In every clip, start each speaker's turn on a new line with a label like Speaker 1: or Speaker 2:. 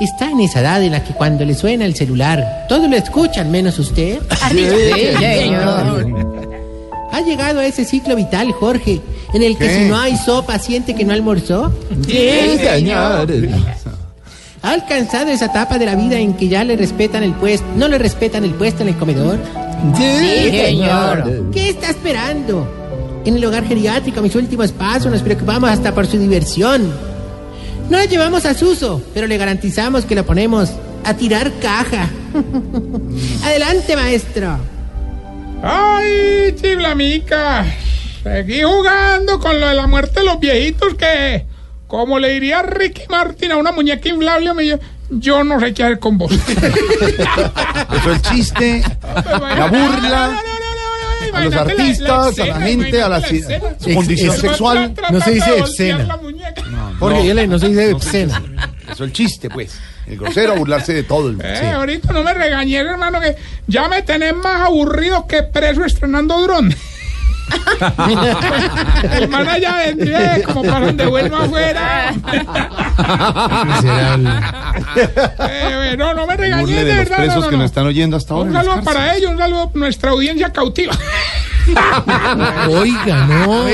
Speaker 1: Está en esa edad en la que cuando le suena el celular, todo lo escuchan menos usted. Ah, Sí, señor. Ha llegado a ese ciclo vital, Jorge, en el que si no hay sopa, siente que no almorzó. Sí, señor. Ha alcanzado esa etapa de la vida en que ya le respetan el puesto, no le respetan el puesto en el comedor. Sí, señor. ¿Qué está esperando? En el hogar geriátrico, a mis últimos pasos, nos preocupamos hasta por su diversión. No la llevamos a Suso, pero le garantizamos que la ponemos a tirar caja. Adelante, maestro.
Speaker 2: ¡Ay, chiblamica! Seguí jugando con lo de la muerte de los viejitos que, como le diría Ricky Martin a una muñeca inflable, me dijo, yo no sé qué hacer con vos.
Speaker 3: Eso es el chiste, la burla a los artistas, a la gente, a la, ci- su condición sexual.
Speaker 2: No se dice
Speaker 3: obscena.
Speaker 1: Jorge, no se dice obscena.
Speaker 3: Eso es el chiste, pues. El grosero burlarse de todo el mundo.
Speaker 2: Eh, ahorita no me regañé, hermano, que ya me tenés más aburrido que preso estrenando dron. Hermana, ya vendré, como para donde vuelvo afuera.
Speaker 3: Ah.
Speaker 2: Eh, bueno, no, me regañé,
Speaker 3: Burle
Speaker 2: de
Speaker 3: de los
Speaker 2: verdad. no,
Speaker 3: presos
Speaker 2: no,
Speaker 3: que
Speaker 2: no.
Speaker 3: nos están oyendo hasta ahora.
Speaker 2: Un
Speaker 3: en las
Speaker 2: saludo para
Speaker 3: cárceles.
Speaker 2: ellos, un saludo a nuestra audiencia cautiva.
Speaker 1: Oiga, no.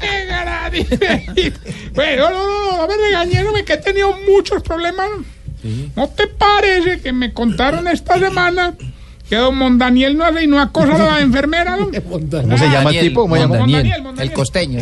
Speaker 2: ¡Qué gara, dice. Bueno, no, no, no, no me regañaron, que he tenido muchos problemas. ¿No te parece que me contaron esta semana que don Mondaniel no hace y no acosa a la enfermera? ¿no?
Speaker 3: ¿Cómo se llama el tipo? ¿Cómo se llama?
Speaker 2: Mondaniel, Mondaniel.
Speaker 1: costeño.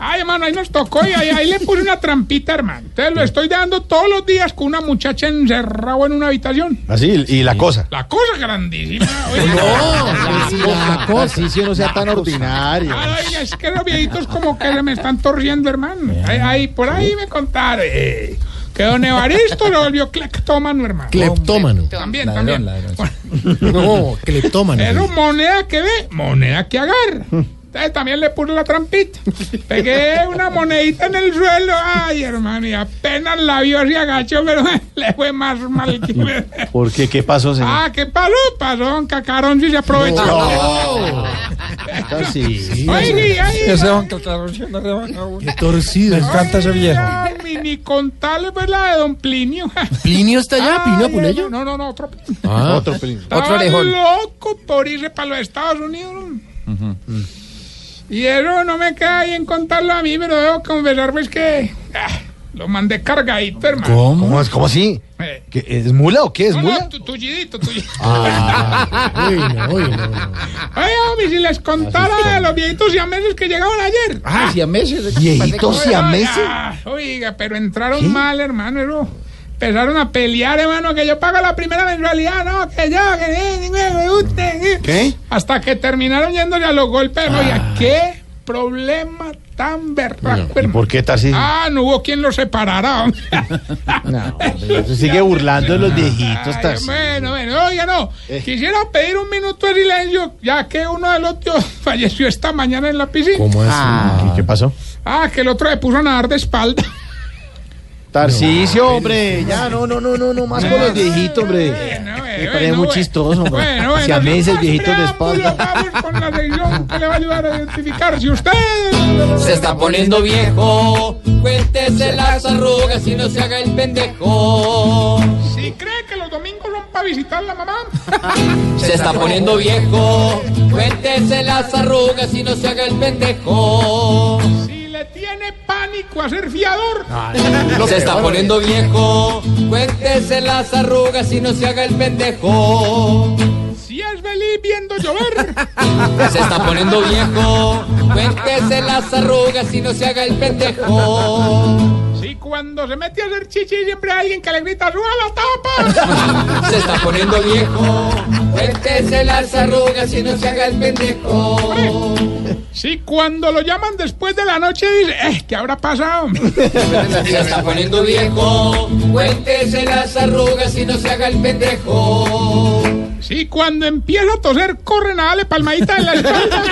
Speaker 2: Ay, hermano, ahí nos tocó y ahí, ahí le puse una trampita, hermano. Entonces lo estoy dando todos los días con una muchacha encerrado en una habitación.
Speaker 3: Así, y la cosa. Oh,
Speaker 2: La cosa grandísima. oiga.
Speaker 3: Así si no sea tan ordinario.
Speaker 2: Ay, oiga, es que los viejitos como que se me están torciendo, hermano. Ay, ay, por ahí me contaron eh, que don Evaristo se volvió clectómano, hermano.
Speaker 1: Cleptómano.
Speaker 2: También, también.
Speaker 1: No, cleptómano.
Speaker 2: Pero moneda que ve, moneda que agarra. Entonces también le puse la trampita. Pegué una monedita en el suelo. Ay, hermano, y apenas la vio se agachó, pero le fue más mal que me...
Speaker 3: ¿Por qué? ¿Qué pasó, señor?
Speaker 2: Ah, qué palo, pasó, cacarón, si se aprovechó.
Speaker 3: Ah, Casi.
Speaker 2: Ay, sí, ay, ay.
Speaker 1: Qué torcido.
Speaker 2: Ay, ni, ni contarle, pues la de don Plinio.
Speaker 1: ¿Plinio está allá?
Speaker 2: Ay,
Speaker 1: ¿Plinio Apuleyo?
Speaker 2: No, no, no, otro Plinio.
Speaker 3: Ah. Otro pelín.
Speaker 2: Estaba loco por irse para los Estados Unidos. ¿no? Y eso no me queda bien contarlo a mí, pero debo confesar pues que ah, lo mandé cargadito, hermano.
Speaker 3: ¿Cómo, es- ¿Cómo así?
Speaker 2: Eh,
Speaker 3: ¿Qué, ¿Es mula o qué? ¿Es
Speaker 2: no,
Speaker 3: mula? Ah,
Speaker 2: no, tu- tullidito, tullidito.
Speaker 1: Uy, no, uy, no.
Speaker 2: Ay, hombre, si les contara de los viejitos siameses que llegaron ayer.
Speaker 3: Ah, ¿Viejitos
Speaker 2: Oiga,
Speaker 3: siameses?
Speaker 2: ah, Oiga, pero entraron mal, hermano. eso. Empezaron a pelear, hermano, que yo pago la primera mensualidad, no, que yo, que eh, ni me guste. eh.
Speaker 3: ¿Qué?
Speaker 2: Hasta que terminaron yéndole a los golpes. Oiga, qué problema tan berraco,
Speaker 3: ¿Y
Speaker 2: hermano.
Speaker 3: por qué está así?
Speaker 2: Ah, no hubo quien los separara. hombre.
Speaker 3: Se sigue burlando de los viejitos.
Speaker 2: Ay,
Speaker 3: está así. Eh.
Speaker 2: bueno, bueno, oiga, no. Quisiera pedir un minuto de silencio, ya que uno de los tíos falleció esta mañana en la piscina.
Speaker 3: Ah, ¿Qué pasó?
Speaker 2: Ah, que el otro le puso a nadar de espalda.
Speaker 3: Tarcicio, hombre. Ya, no, no, no, no, no. Más con los viejitos, hombre.
Speaker 2: Bueno, bueno,
Speaker 3: Me parece
Speaker 2: bueno,
Speaker 3: muy
Speaker 2: bueno.
Speaker 3: chistoso, hombre.
Speaker 2: Bueno, bueno,
Speaker 3: Si a
Speaker 2: sin
Speaker 3: meses
Speaker 2: más
Speaker 3: viejitos de espalda.
Speaker 2: preámbulo, Vamos con la sección que le va a ayudar a identificar si usted.
Speaker 4: Se está poniendo viejo, cuéntese las arrugas y no se haga el pendejo.
Speaker 2: Si cree que los domingos son para visitar la mamá.
Speaker 4: Se está poniendo viejo, cuéntese las arrugas y no se haga el pendejo.
Speaker 2: Si le tiene pánico a ser fiador.
Speaker 4: Se está poniendo viejo, cuéntese las arrugas y no se haga el pendejo.
Speaker 2: Si es feliz viendo llover.
Speaker 4: Se está poniendo viejo, cuéntese las arrugas y no se haga el pendejo.
Speaker 2: si cuando se mete a hacer chichi siempre hay alguien que le grita ¡Suba la tapa!
Speaker 4: Se está poniendo viejo, cuéntese las arrugas y no se haga el pendejo.
Speaker 2: si cuando lo llaman después de la noche dice ¡Eh, qué habrá pasado!
Speaker 4: Se está poniendo viejo, Cuéntese las arrugas y no se haga el pendejo.
Speaker 2: Sí, cuando empieza a toser, corren a darle palmadita en la espalda.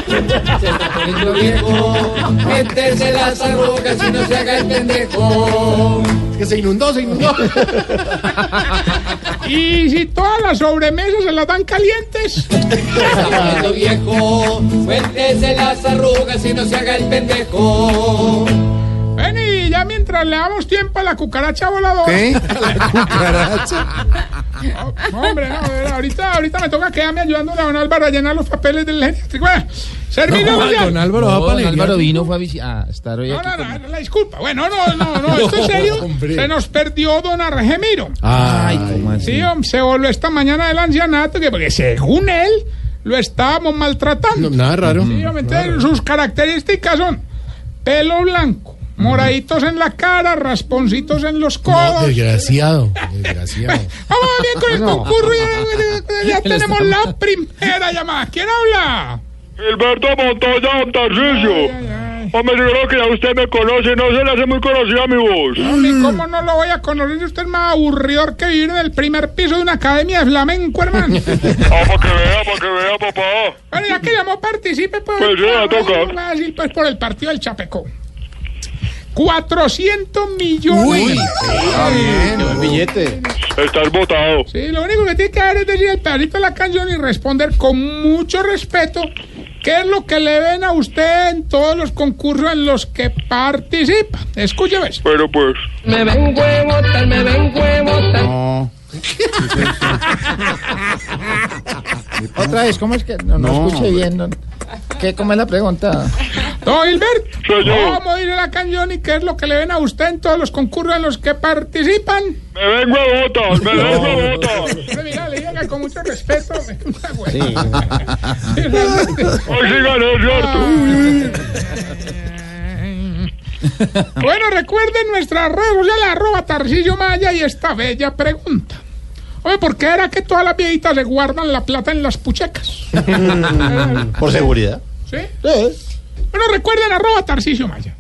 Speaker 4: Se está poniendo viejo. Cuéntese las arrugas y no se haga el pendejo.
Speaker 1: Es que se inundó, se inundó.
Speaker 2: Y si todas las sobremesas se las dan calientes.
Speaker 4: Se está poniendo viejo. Cuéntese las arrugas y no se haga el pendejo.
Speaker 2: Bueno, y ya mientras le damos tiempo a la cucaracha voladora.
Speaker 3: ¿Qué? La cucaracha.
Speaker 2: No, hombre, no, de verdad, ahorita, ahorita me toca quedarme ayudando a don Álvaro a llenar los papeles del geriátrico. Bueno, servimos ya.
Speaker 5: Don Álvaro va para Álvaro
Speaker 4: vino fue a, visi- a estar hoy
Speaker 2: No, no, no, la disculpa. Bueno, no, no, no, esto es serio. Se nos perdió don Argemiro.
Speaker 5: Ay, ¿cómo así?
Speaker 2: Sí, hombre, se volvió esta mañana del ancianato que porque según él lo estábamos maltratando.
Speaker 5: Nada raro.
Speaker 2: Sí, hombre, entonces, sus características son pelo blanco, moraditos en la cara, rasponcitos en los codos.
Speaker 5: Desgraciado, desgraciado.
Speaker 2: Vamos bien con el concurso. ya- Ya, ya tenemos la primera llamada. ¿Quién habla?
Speaker 6: Gilberto Montoya Tarcisio. Hombre, yo creo que ya usted me conoce, no se le hace muy conocida mi voz.
Speaker 2: Hombre, ¿cómo no lo voy a conocer? Usted es más aburridor que vivir en el primer piso de una academia de flamenco, hermano.
Speaker 6: Ah, para que vea, para que vea, papá.
Speaker 2: Bueno, ya que llamó, participe. Pues,
Speaker 6: Pues ya,
Speaker 2: Ah,
Speaker 6: toca.
Speaker 2: bueno, va a decir, pues, por el partido del Chapeco. 400 millones.
Speaker 3: billete.
Speaker 6: Estás botado.
Speaker 2: Sí, lo único que tiene que hacer es decir el pedacito de la canción y responder con mucho respeto qué es lo que le ven a usted en todos los concursos en los que participa. Escúcheme.
Speaker 6: Pero pues,
Speaker 4: Me ven huevo, tal, me ven huevo, tal.
Speaker 3: No.
Speaker 4: Otra vez, ¿cómo es que no, no
Speaker 3: No.
Speaker 4: escuché bien? no? ¿Qué, ¿Cómo es la pregunta?
Speaker 2: Don Gilberto,
Speaker 6: Señor.
Speaker 2: ¿cómo dice la canción y qué es lo que le ven a usted en todos los concursos en los que participan?
Speaker 6: me vengo a botas, me vengo a botas.
Speaker 2: Hombre, Mira, le diga con mucho respeto.
Speaker 6: Hoy sí gané, ¿cierto?
Speaker 2: Bueno, recuerden nuestra red social, arroba Tarcillo Maya y esta bella pregunta. Oye, ¿por qué era que todas las viejitas se guardan la plata en las puchecas?
Speaker 3: Por seguridad.
Speaker 2: ¿Sí? Bueno, recuerden arroba Tarcisio Maya.